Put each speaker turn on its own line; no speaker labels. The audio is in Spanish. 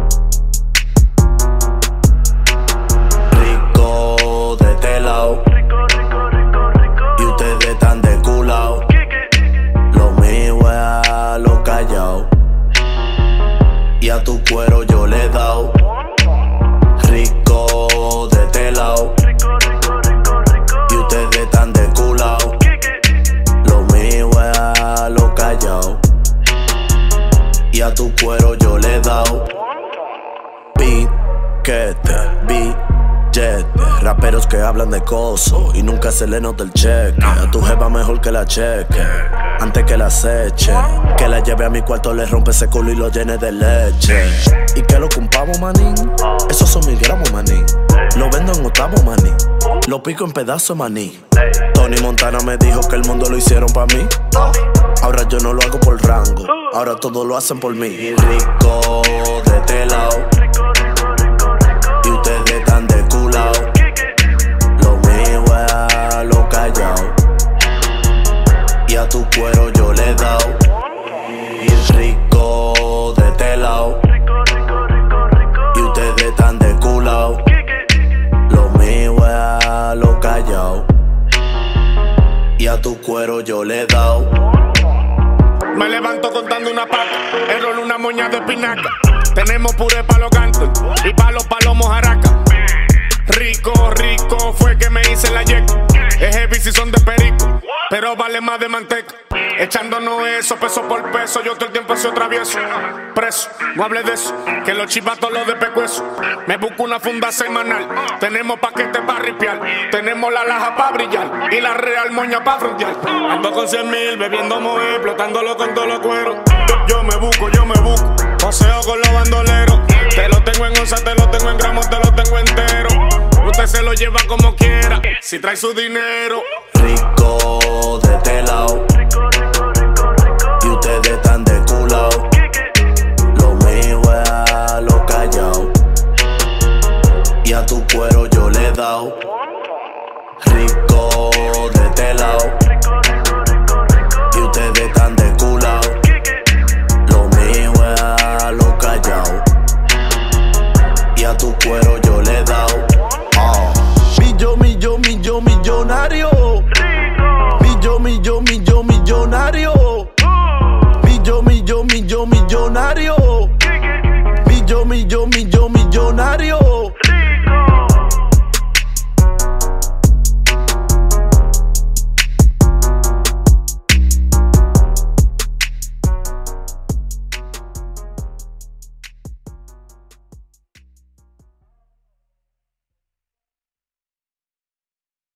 este este que hablan de coso y nunca se le nota el cheque. A tu jeva mejor que la cheque, antes que la aceche. Que la lleve a mi cuarto, le rompe ese culo y lo llene de leche. ¿Y que lo cumpamos, manín? Esos son mil gramos, manín. Lo vendo en octavo, maní. Lo pico en pedazos, maní. Tony Montana me dijo que el mundo lo hicieron para mí. Ahora yo no lo hago por rango, ahora todo lo hacen por mí. Y rico de este telao. Y ustedes están de culao. Lo mío es a lo callao. Y a tu cuero yo le he dao. Y rico de telao. Y ustedes están de culao. Lo mío es a lo callao. Y a tu cuero yo le he dao.
Me levanto contando una pata, error una moña de espinaca. Tenemos puré para los cantos y para los palomos jaraca. Rico, rico fue que me hice la yeca. Es heavy si son de perico, pero vale más de manteca. Echándonos eso, peso por peso, yo todo el tiempo soy travieso. Preso, no hable de eso, que los chivatos los de pecueso. Me busco una funda semanal, tenemos paquetes para ripiar, tenemos la laja para brillar y la real moña para frontear. Ando con cien mil, bebiendo moe, explotándolo con todos los cueros. Yo me busco, yo me busco, paseo con los bandoleros. Te lo tengo en onza, te lo tengo en gramos, te lo tengo entero. Usted se lo lleva como quiera, si trae su dinero.
Rico de telao. Y ustedes están de culao. Lo mío es a lo callao. Y a tu cuero yo le he dao. Rico de telao. Y ustedes están de culao. Lo mío es a lo callao. Y a tu cuero yo le he dao. Ah. Millo, millo, millo, millonario. Millo, millo, millo, millonario. Millo, millo, millo, millonario. Millo, millo, millo, millonario.